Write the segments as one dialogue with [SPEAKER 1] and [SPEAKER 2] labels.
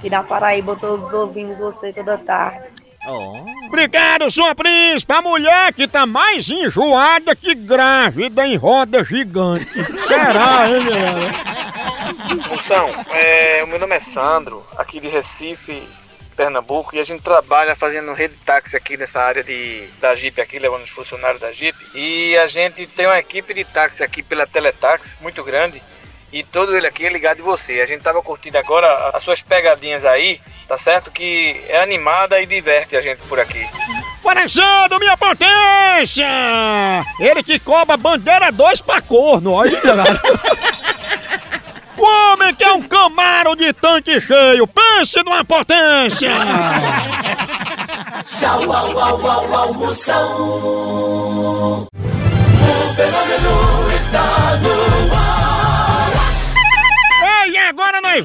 [SPEAKER 1] que da Paraíba todos ouvindo você toda tarde.
[SPEAKER 2] Obrigado, sua príncipe, a mulher que tá mais enjoada que grávida em roda gigante. Será, hein, Mirella?
[SPEAKER 3] Moção, é, o meu nome é Sandro, aqui de Recife, Pernambuco, e a gente trabalha fazendo rede de táxi aqui nessa área de, da Jeep, aqui, levando os funcionários da Jeep. E a gente tem uma equipe de táxi aqui pela Teletax, muito grande, e todo ele aqui é ligado em você. A gente tava curtindo agora as suas pegadinhas aí, tá certo? Que é animada e diverte a gente por aqui.
[SPEAKER 2] Coração minha potência! Ele que cobra bandeira 2 pra corno, olha caralho. O homem que é um camaro de tanque cheio, pense numa potência!
[SPEAKER 4] Tchau, au, au, au, au, Moção. O fenômeno está no ar.
[SPEAKER 2] Ei, e agora nós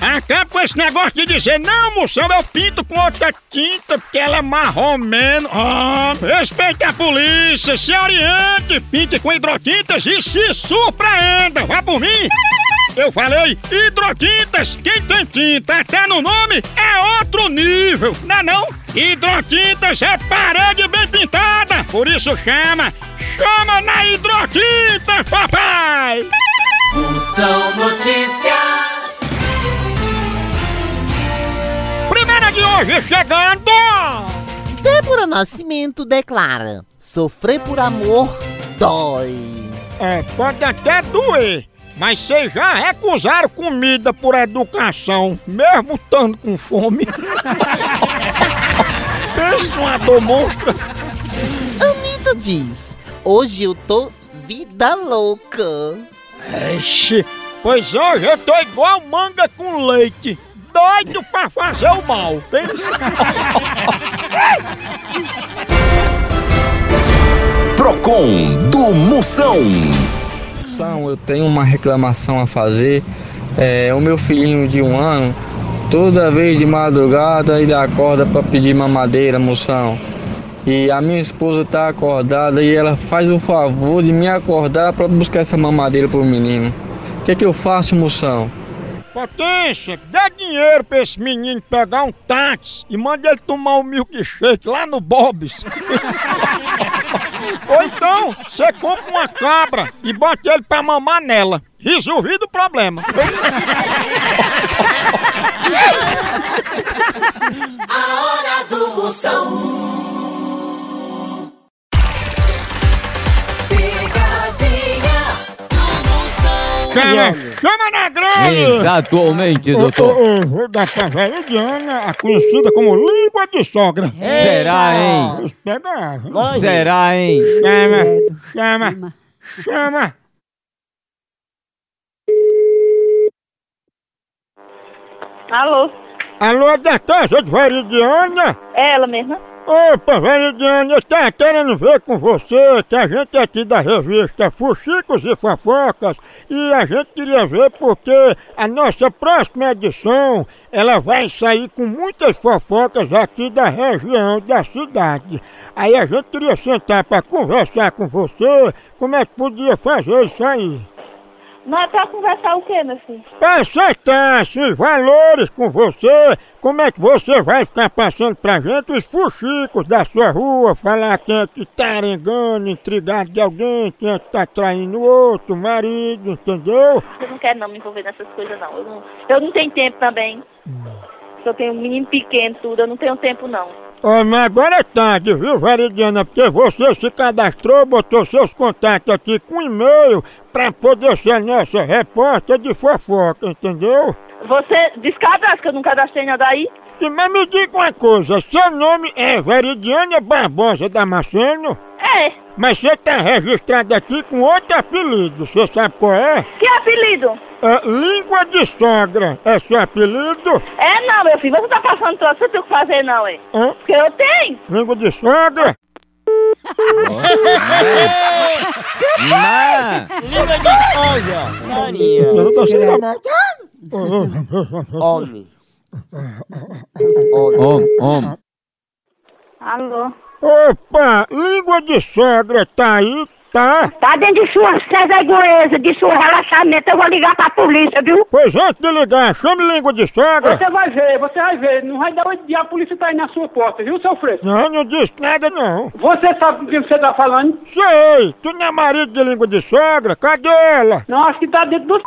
[SPEAKER 2] Acaba com esse negócio de dizer, não, moção, eu pinto com outra tinta, porque ela é marrom menos. Ah, respeite a polícia, se oriente, pinte com hidrotintas e se surpreenda. Vá por mim. Eu falei hidrotintas. Quem tem tinta até no nome é outro nível, não é não? Hidrotintas é parede bem pintada, por isso chama. Chama na hidroquinta, papai!
[SPEAKER 4] Moção Notícias.
[SPEAKER 2] Primeira de hoje chegando!
[SPEAKER 5] Débora Nascimento declara: Sofrer por amor dói.
[SPEAKER 2] É, pode até doer, mas vocês já recusaram comida por educação, mesmo estando com fome. Pensa numa dor monstra.
[SPEAKER 5] Anitta diz: Hoje eu tô vida louca.
[SPEAKER 2] Ixi, Pois hoje eu tô igual manga com leite. Doido pra fazer o mal. Pensa.
[SPEAKER 6] Procon do Moção.
[SPEAKER 7] Moção, eu tenho uma reclamação a fazer. É, o meu filhinho de um ano, toda vez de madrugada ele acorda para pedir mamadeira, moção. E a minha esposa tá acordada e ela faz o favor de me acordar para buscar essa mamadeira pro menino. O que é que eu faço, moção?
[SPEAKER 2] Potência, dá dinheiro pra esse menino pegar um táxi e manda ele tomar um milkshake lá no Bob's. Ou então, você compra uma cabra e bota ele pra mamar nela. Resolvido o problema.
[SPEAKER 4] A hora do Moção. Picadinha do Moção.
[SPEAKER 2] Cara, né? chama na grande!
[SPEAKER 8] Exatamente,
[SPEAKER 2] Ô,
[SPEAKER 8] doutor.
[SPEAKER 2] ô, ô, vou dar pra velha Diana, a conhecida como língua de sogra.
[SPEAKER 8] Será, hein?
[SPEAKER 2] Eles pegavam.
[SPEAKER 8] Será, hein?
[SPEAKER 2] Chama, chama, chama.
[SPEAKER 1] Alô?
[SPEAKER 2] Alô, da casa de Veridiana?
[SPEAKER 1] É ela mesma?
[SPEAKER 2] Opa, Veridiana, eu tava querendo ver com você que a gente é aqui da revista Fuxicos e Fofocas e a gente queria ver porque a nossa próxima edição ela vai sair com muitas fofocas aqui da região, da cidade. Aí a gente queria sentar pra conversar com você como é que podia fazer isso aí.
[SPEAKER 1] Não é pra conversar o quê, meu filho?
[SPEAKER 2] Acertar esses valores com você, como é que você vai ficar passando pra gente os fuxicos da sua rua, falar quem é que tá arengando, intrigado de alguém, quem é que tá traindo outro, marido, entendeu?
[SPEAKER 1] Eu não quero não me envolver nessas coisas, não. Eu não, eu não tenho tempo também. Eu tenho um menino pequeno, tudo. Eu não tenho tempo, não.
[SPEAKER 2] Ó, mas agora é tarde, viu, Veridiana? Porque você se cadastrou, botou seus contatos aqui com e-mail pra poder ser nossa repórter de fofoca, entendeu?
[SPEAKER 1] Você descadastra, que eu não cadastrei nada aí.
[SPEAKER 2] E, Mas me diga uma coisa, seu nome é Veridiana Barbosa Damasceno?
[SPEAKER 1] É.
[SPEAKER 2] Mas você tá registrado aqui com outro apelido, você sabe qual é?
[SPEAKER 1] Que apelido?
[SPEAKER 2] É Língua de Sogra, é seu apelido?
[SPEAKER 1] É não, meu filho. Você tá passando troço, você tem o que fazer, não, é?
[SPEAKER 2] Hã?
[SPEAKER 1] Porque eu tenho.
[SPEAKER 2] Língua de Sogra?
[SPEAKER 8] Não.
[SPEAKER 2] Você não tá sendo amaldiçoado?
[SPEAKER 8] Homem, homem.
[SPEAKER 1] Alô?
[SPEAKER 2] Opa, Língua de Sogra tá aí, tá?
[SPEAKER 1] Tá dentro de sua cesagoesa, de seu relaxamento. Eu vou ligar pra polícia, viu?
[SPEAKER 2] Pois antes de ligar, chame Língua de Sogra.
[SPEAKER 9] Você vai ver, você vai ver. Não vai dar onde dia a polícia tá aí na sua porta, viu, seu Fresco?
[SPEAKER 2] Não, não disse nada não.
[SPEAKER 9] Você sabe do que você tá falando?
[SPEAKER 2] Sei, tu não é marido de Língua de Sogra? Cadê ela?
[SPEAKER 9] Não, acho que tá dentro do c...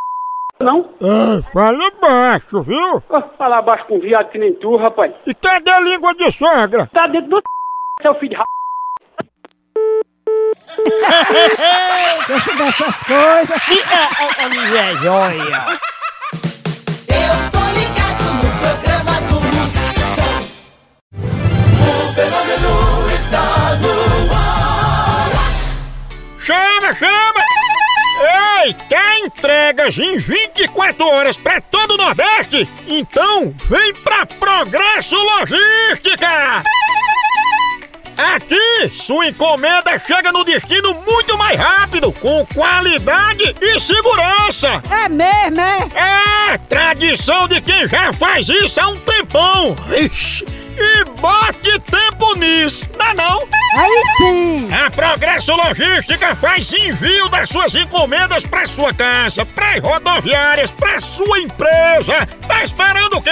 [SPEAKER 9] não.
[SPEAKER 2] Ei, fala baixo, viu?
[SPEAKER 9] Ô, Falar baixo com um viado que nem tu, rapaz.
[SPEAKER 2] E cadê a Língua de Sogra?
[SPEAKER 9] Tá dentro do c... seu filho de ra...
[SPEAKER 4] Eu tô ligado no programa do Moção. O fenômeno está no ar.
[SPEAKER 2] Chama, chama! Ei, quer entregas em 24 horas pra todo o Nordeste? Então vem pra Progresso Logística! Aqui, sua encomenda chega no destino muito mais rápido, com qualidade e segurança!
[SPEAKER 10] É mesmo, é?
[SPEAKER 2] É tradição de quem já faz isso há um tempão! Ixi, e bote tempo nisso, dá não?
[SPEAKER 10] Aí sim!
[SPEAKER 2] A Progresso Logística faz envio das suas encomendas para sua casa, para rodoviárias, para sua empresa. Tá esperando o quê?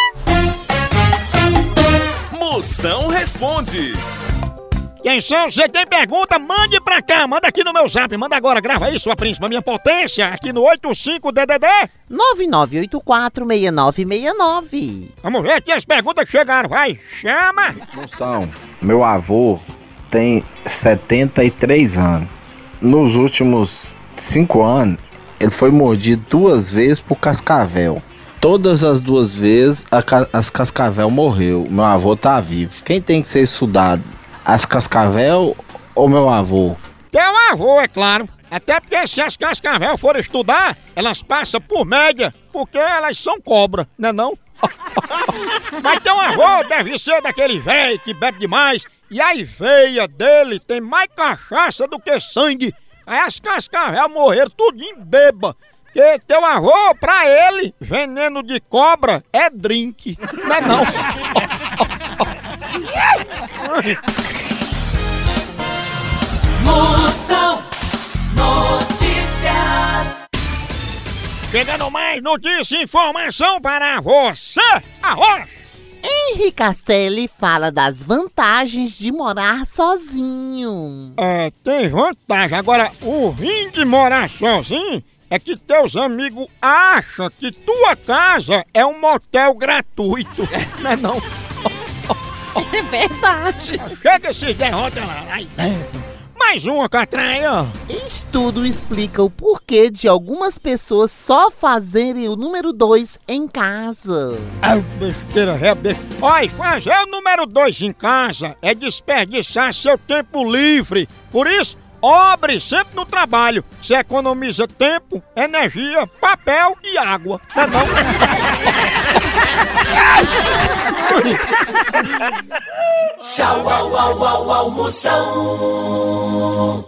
[SPEAKER 6] Moção responde.
[SPEAKER 2] Quem são? Você tem pergunta? Mande pra cá, manda aqui no meu zap, manda agora, grava aí, sua príncipa, minha potência, aqui no 85DDD.
[SPEAKER 5] 99846969.
[SPEAKER 2] Vamos ver aqui as perguntas que chegaram, vai, chama.
[SPEAKER 11] Moção, meu avô tem 73 anos. Nos últimos 5 anos, ele foi mordido duas vezes por cascavel. Todas as duas vezes, a ca- as cascavel morreu. Meu avô tá vivo. Quem tem que ser estudado? As cascavel ou meu avô?
[SPEAKER 2] Teu avô, é claro. Até porque se as cascavel forem estudar, elas passam por média, porque elas são cobra, né não? Mas teu avô deve ser daquele velho que bebe demais, e a veia dele tem mais cachaça do que sangue. Aí as cascavel morreram tudinho beba. Porque teu avô, pra ele, veneno de cobra é drink, né não?
[SPEAKER 4] Moção Notícias.
[SPEAKER 2] Chegando mais notícia e informação para você agora!
[SPEAKER 5] Henri Castelli fala das vantagens de morar sozinho.
[SPEAKER 2] É, tem vantagem. Agora, o ruim de morar sozinho é que teus amigos acham que tua casa é um motel gratuito. Não é não?
[SPEAKER 5] É verdade.
[SPEAKER 2] Chega esses derrotas lá, lá. Mais uma, Catraia.
[SPEAKER 5] Estudo explica o porquê de algumas pessoas só fazerem o número 2 em casa.
[SPEAKER 2] Ai, besteira, é besteira. Olha, fazer o número 2 em casa é desperdiçar seu tempo livre. Por isso, obre sempre no trabalho. Você economiza tempo, energia, papel e água. Não é não?
[SPEAKER 4] Tchau, au, au, au, au, moção.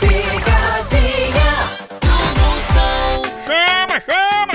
[SPEAKER 4] Picadinha do moção.
[SPEAKER 2] Chama, chama!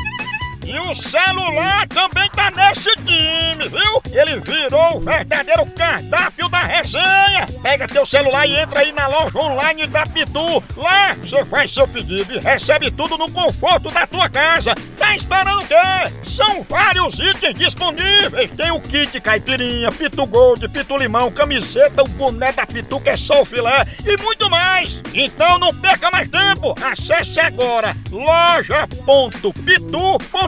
[SPEAKER 2] E o celular também tá nesse time, viu? Ele virou o verdadeiro cardápio da resenha. Pega teu celular e entra aí na loja online da Pitu. Lá você faz seu pedido e recebe tudo no conforto da tua casa. Tá esperando o quê? São vários itens disponíveis. Tem o kit caipirinha, Pitu Gold, Pitu Limão, camiseta, o boné da Pitu que é só o filé e muito mais. Então não perca mais tempo. Acesse agora loja.pitu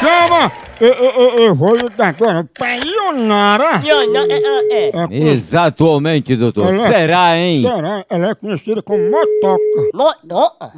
[SPEAKER 2] Chama! Eu, vou lutar agora um pra Ionara!
[SPEAKER 8] Exatamente, doutor.
[SPEAKER 2] Olha.
[SPEAKER 8] Será, hein?
[SPEAKER 2] Ela é conhecida como Motoca.
[SPEAKER 8] Motoca.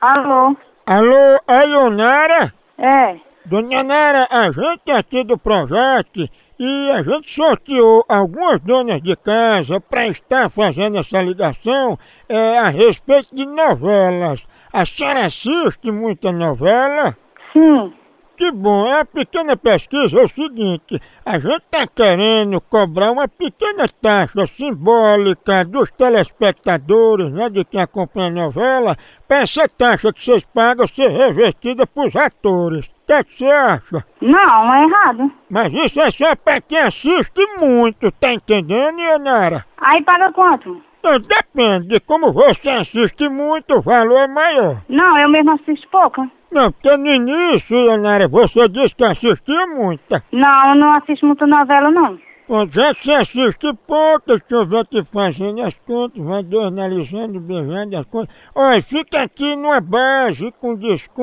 [SPEAKER 12] Alô?
[SPEAKER 2] Alô, é Ionara?
[SPEAKER 12] É.
[SPEAKER 2] Dona Nara, a gente aqui do projeto e a gente sorteou algumas donas de casa para estar fazendo essa ligação é, a respeito de novelas. A senhora assiste muita novela?
[SPEAKER 12] Sim.
[SPEAKER 2] Que bom, é a pequena pesquisa é o seguinte, a gente está querendo cobrar uma pequena taxa simbólica dos telespectadores, né, de quem acompanha a novela, para essa taxa que vocês pagam ser revertida para os atores. O que, é que você acha?
[SPEAKER 12] Não, é errado.
[SPEAKER 2] Mas isso é só para quem assiste muito, tá entendendo, Ionara?
[SPEAKER 12] Aí paga quanto?
[SPEAKER 2] Então, depende, como você assiste muito, o valor é maior.
[SPEAKER 12] Não, eu mesmo assisto pouca.
[SPEAKER 2] Não, porque no início, Ionara, você disse que assistia muita.
[SPEAKER 12] Não, eu não assisto muito novela, não.
[SPEAKER 2] Bom, já que você assiste poucas, deixa eu ver aqui fazendo as contas, vai dois analisando, beijando as contas. Olha, fica aqui numa base com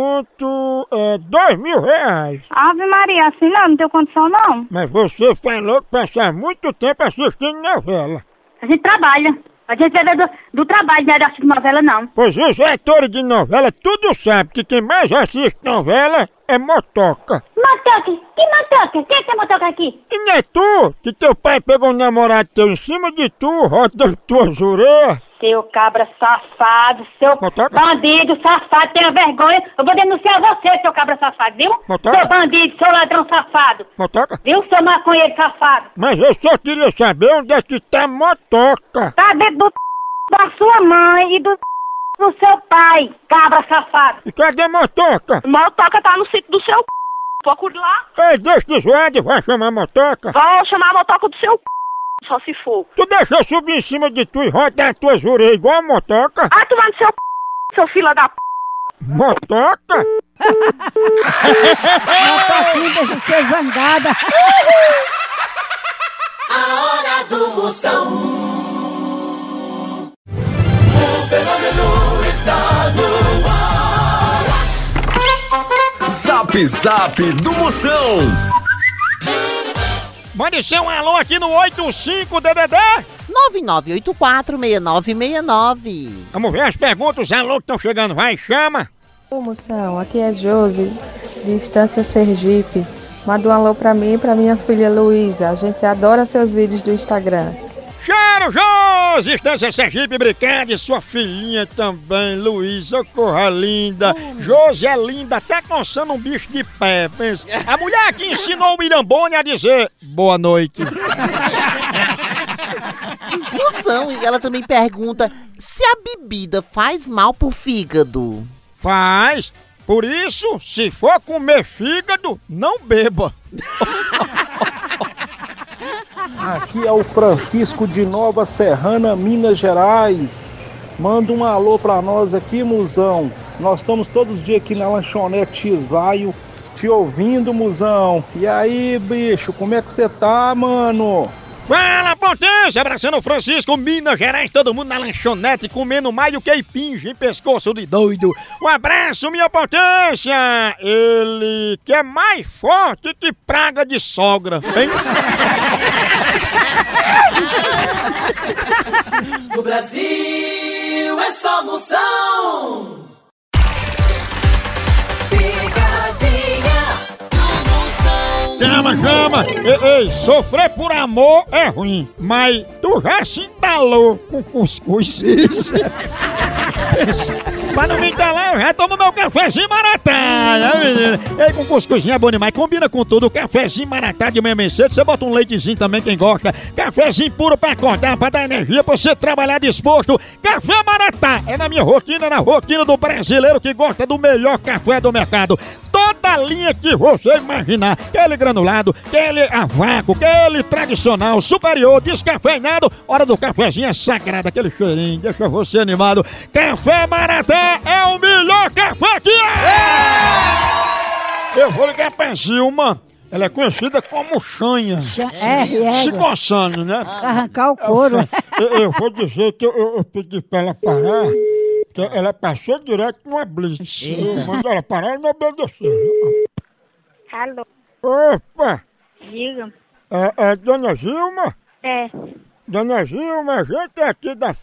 [SPEAKER 2] desconto, é, dois mil reais.
[SPEAKER 12] Ave Maria, assim não, não tem condição, não.
[SPEAKER 2] Mas você falou que passar muito tempo assistindo novela.
[SPEAKER 12] A gente trabalha. A gente é do, do trabalho, não é da assistir novela, não.
[SPEAKER 2] Pois os atores de novela tudo sabe que quem mais assiste novela é motoca.
[SPEAKER 12] Motoca, que motoca? Quem é que é motoca aqui?
[SPEAKER 2] E não é tu que teu pai pegou um namorado teu em cima de tu, rodando tuas orelhas?
[SPEAKER 12] Seu cabra safado, seu bandido safado, tenha vergonha. Eu vou denunciar você, seu cabra safado, viu?
[SPEAKER 2] Motoca.
[SPEAKER 12] Seu bandido, seu ladrão safado.
[SPEAKER 2] Motoca?
[SPEAKER 12] Viu, seu maconheiro safado?
[SPEAKER 2] Mas eu só queria saber onde é que tá a motoca.
[SPEAKER 12] Tá dentro do da sua mãe e do do seu pai, cabra safado.
[SPEAKER 2] E cadê a motoca?
[SPEAKER 12] Motoca tá no sítio do seu Procure lá.
[SPEAKER 2] Ei, deixa de zoar, vai chamar a motoca.
[SPEAKER 12] Vão chamar a motoca do seu só se for.
[SPEAKER 2] Tu deixa eu subir em cima de tu e rodar as tuas orelhas igual a motoca.
[SPEAKER 12] Ah, tu vai no seu seu fila da p.
[SPEAKER 2] Motoca?
[SPEAKER 10] Motoquinha deixa ser zangada.
[SPEAKER 4] A hora do Moção. O fenômeno está no ar.
[SPEAKER 6] Zap Zap do Moção.
[SPEAKER 2] Mande seu alô aqui no 85 DDD.
[SPEAKER 5] 99846969.
[SPEAKER 2] Vamos ver as perguntas, os alô que estão chegando. Vai, chama.
[SPEAKER 13] Ô moção, aqui é Josi, de Estância Sergipe. Manda um alô pra mim e pra minha filha Luísa. A gente adora seus vídeos do Instagram.
[SPEAKER 2] Cheiro, Jose! Estância Sergipe Bricade, sua filhinha também, Luísa, corra linda. Jose é linda, até coçando um bicho de pé. Pensa. A mulher que ensinou o Mirambone a dizer boa noite.
[SPEAKER 5] Moção, e ela também pergunta se a bebida faz mal pro fígado.
[SPEAKER 2] Faz. Por isso, se for comer fígado, não beba.
[SPEAKER 14] Aqui é o Francisco de Nova Serrana, Minas Gerais. Manda um alô pra nós aqui, Musão. Nós estamos todos os dias aqui na lanchonete Isaio, te ouvindo, Musão. E aí, bicho, como é que você tá, mano?
[SPEAKER 2] Fala, potência! Abraçando o Francisco, Minas Gerais, todo mundo na lanchonete, comendo mais do que impinge em pescoço de doido. Um abraço, minha potência! Ele que é mais forte que praga de sogra, hein?
[SPEAKER 4] No Brasil é só Moção. Picadinha do Moção.
[SPEAKER 2] Chama, chama! Ei, ei, sofrer por amor é ruim, mas tu já se entalou com cuscuz. Isso. Pra não me entalar, eu já tomo meu cafezinho maratá. né, menina? Ei, com cuscuzinho é bom demais, combina com tudo. Cafezinho maratá de manhã bem cedo, você bota um leitezinho também, quem gosta. Cafezinho puro pra acordar, pra dar energia, pra você trabalhar disposto. Café maratá é na minha rotina, na rotina do brasileiro que gosta do melhor café do mercado. Toda linha que você imaginar, aquele granulado, aquele a vácuo, aquele tradicional, superior, descafeinado. Hora do cafezinho é sagrado, aquele cheirinho, deixa você animado. Café Maratá é o melhor café que é! Eu vou ligar pra Zilma. Ela é conhecida como Chanha.
[SPEAKER 10] é, é.
[SPEAKER 2] Se coçando, né?
[SPEAKER 10] Arrancar o couro.
[SPEAKER 2] Eu, eu vou dizer que eu, eu pedi pra ela parar, que ela passou direto numa blitz. Eu mando ela parar, ela não obedeceu.
[SPEAKER 15] Alô,
[SPEAKER 2] Opa!
[SPEAKER 15] diga.
[SPEAKER 2] É, é Dona Zilma?
[SPEAKER 15] É,
[SPEAKER 2] Dona Zilma, a gente é aqui da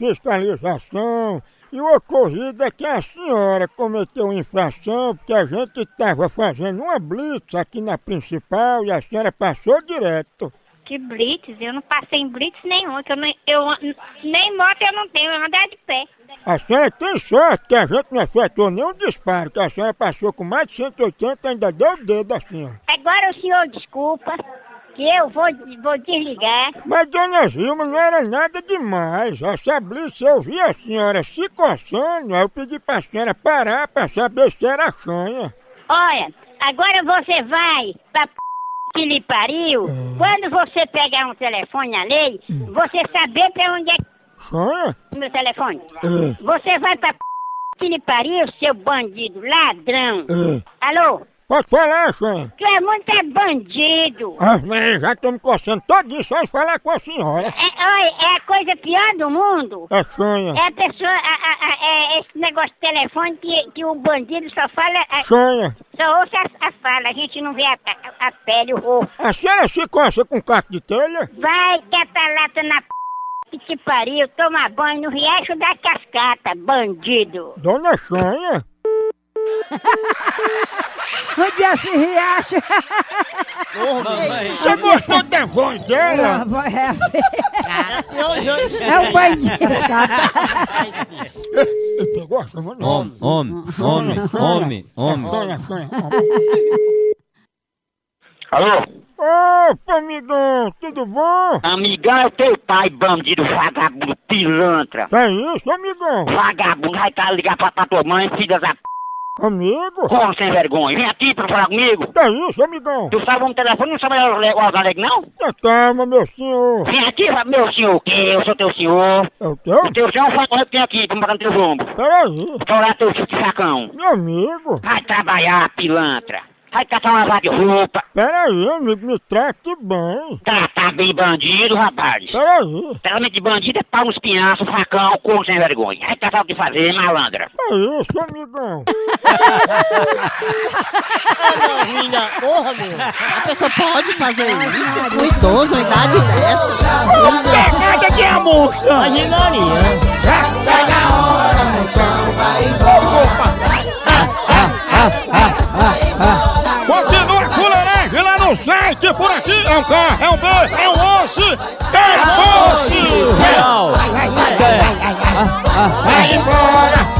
[SPEAKER 2] fiscalização e o ocorrido é que a senhora cometeu infração porque a gente estava fazendo uma blitz aqui na principal e a senhora passou direto.
[SPEAKER 15] que blitz? Eu não passei em blitz nenhum, que eu, não, eu an- nem moto eu não tenho, eu andar de pé.
[SPEAKER 2] A senhora tem sorte que a gente não efetuou nenhum disparo, que a senhora passou com mais de 180 e ainda deu o dedo à senhora.
[SPEAKER 15] Agora o senhor desculpa, que eu vou, vou desligar.
[SPEAKER 2] Mas Dona Zilma não era nada demais. Essa blitz eu vi a senhora se coçando, aí eu pedi pra senhora parar pra saber se era chanha.
[SPEAKER 15] Olha, agora você vai pra p... que lhe pariu. Quando você pegar um telefone alheio, você saber pra onde é que
[SPEAKER 2] Chanha?
[SPEAKER 15] é o meu telefone.
[SPEAKER 2] É.
[SPEAKER 15] Você vai pra p... que lhe pariu, seu bandido ladrão.
[SPEAKER 2] É.
[SPEAKER 15] Alô?
[SPEAKER 2] Pode falar, senhora.
[SPEAKER 15] Tu é muito é bandido.
[SPEAKER 2] Ah, mas já estou me coçando todinho só de falar com a senhora.
[SPEAKER 15] É, olha, é a coisa pior do mundo.
[SPEAKER 2] É sonha.
[SPEAKER 15] É a pessoa, a- a- a- é esse negócio de telefone que, que o bandido só fala, a-
[SPEAKER 2] Sonha.
[SPEAKER 15] só ouça a, a fala, a gente não vê a, a- a pele, o rosto.
[SPEAKER 2] A senhora se coça com caco de telha?
[SPEAKER 15] Vai, catalata na p que te pariu, toma banho no riacho da cascata, bandido.
[SPEAKER 2] Dona Sonha?
[SPEAKER 16] Um dia se riacha.
[SPEAKER 2] Você gostou da voz dela?
[SPEAKER 16] É um bandido,
[SPEAKER 2] Eu gosto, eu vou não.
[SPEAKER 6] Homem, homem, homem, homem, homem.
[SPEAKER 2] Sonha, sonha.
[SPEAKER 15] Alô?
[SPEAKER 2] Opa, amigão, tudo bom?
[SPEAKER 15] Amigão é teu pai, bandido, vagabundo, pilantra.
[SPEAKER 2] É isso, amigão?
[SPEAKER 15] Vagabundo, vai cá ligar pra, pra tua mãe, filha da p.
[SPEAKER 2] Amigo?
[SPEAKER 15] Como sem vergonha? Vem aqui pra falar comigo.
[SPEAKER 2] É isso, amigão?
[SPEAKER 15] Tu sabe o meu telefone, não sabe o Ale- o Azaleg, não?
[SPEAKER 2] Tá, Calma, meu senhor.
[SPEAKER 15] Vem aqui, fa- meu senhor, o quê? Eu sou teu senhor.
[SPEAKER 2] É o teu?
[SPEAKER 15] O teu senhor foi correr um que tem aqui, pra matar no teu ombro.
[SPEAKER 2] Peraí.
[SPEAKER 15] Fora teu filho de facão.
[SPEAKER 2] Meu amigo.
[SPEAKER 15] Vai trabalhar, pilantra. Vai catar uma vaga de roupa.
[SPEAKER 2] Peraí, amigo, me trate bem.
[SPEAKER 15] Tratar bem bandido, rapaz.
[SPEAKER 2] Peraí.
[SPEAKER 15] Geralmente bandido é pau nos pinhaços, facão, corno sem vergonha. Aí tá sabe o que fazer, malandra.
[SPEAKER 2] É isso, amigão.
[SPEAKER 5] Porra, meu. A pessoa pode fazer isso com idoso, uma idade dessa.
[SPEAKER 2] Pegada de amostra.
[SPEAKER 17] Já tá na hora, moção, vai embora.
[SPEAKER 2] Continua a fuleiragem lá no site, por aqui é um K, é um B, é um osso, é um osso.
[SPEAKER 17] Vai embora,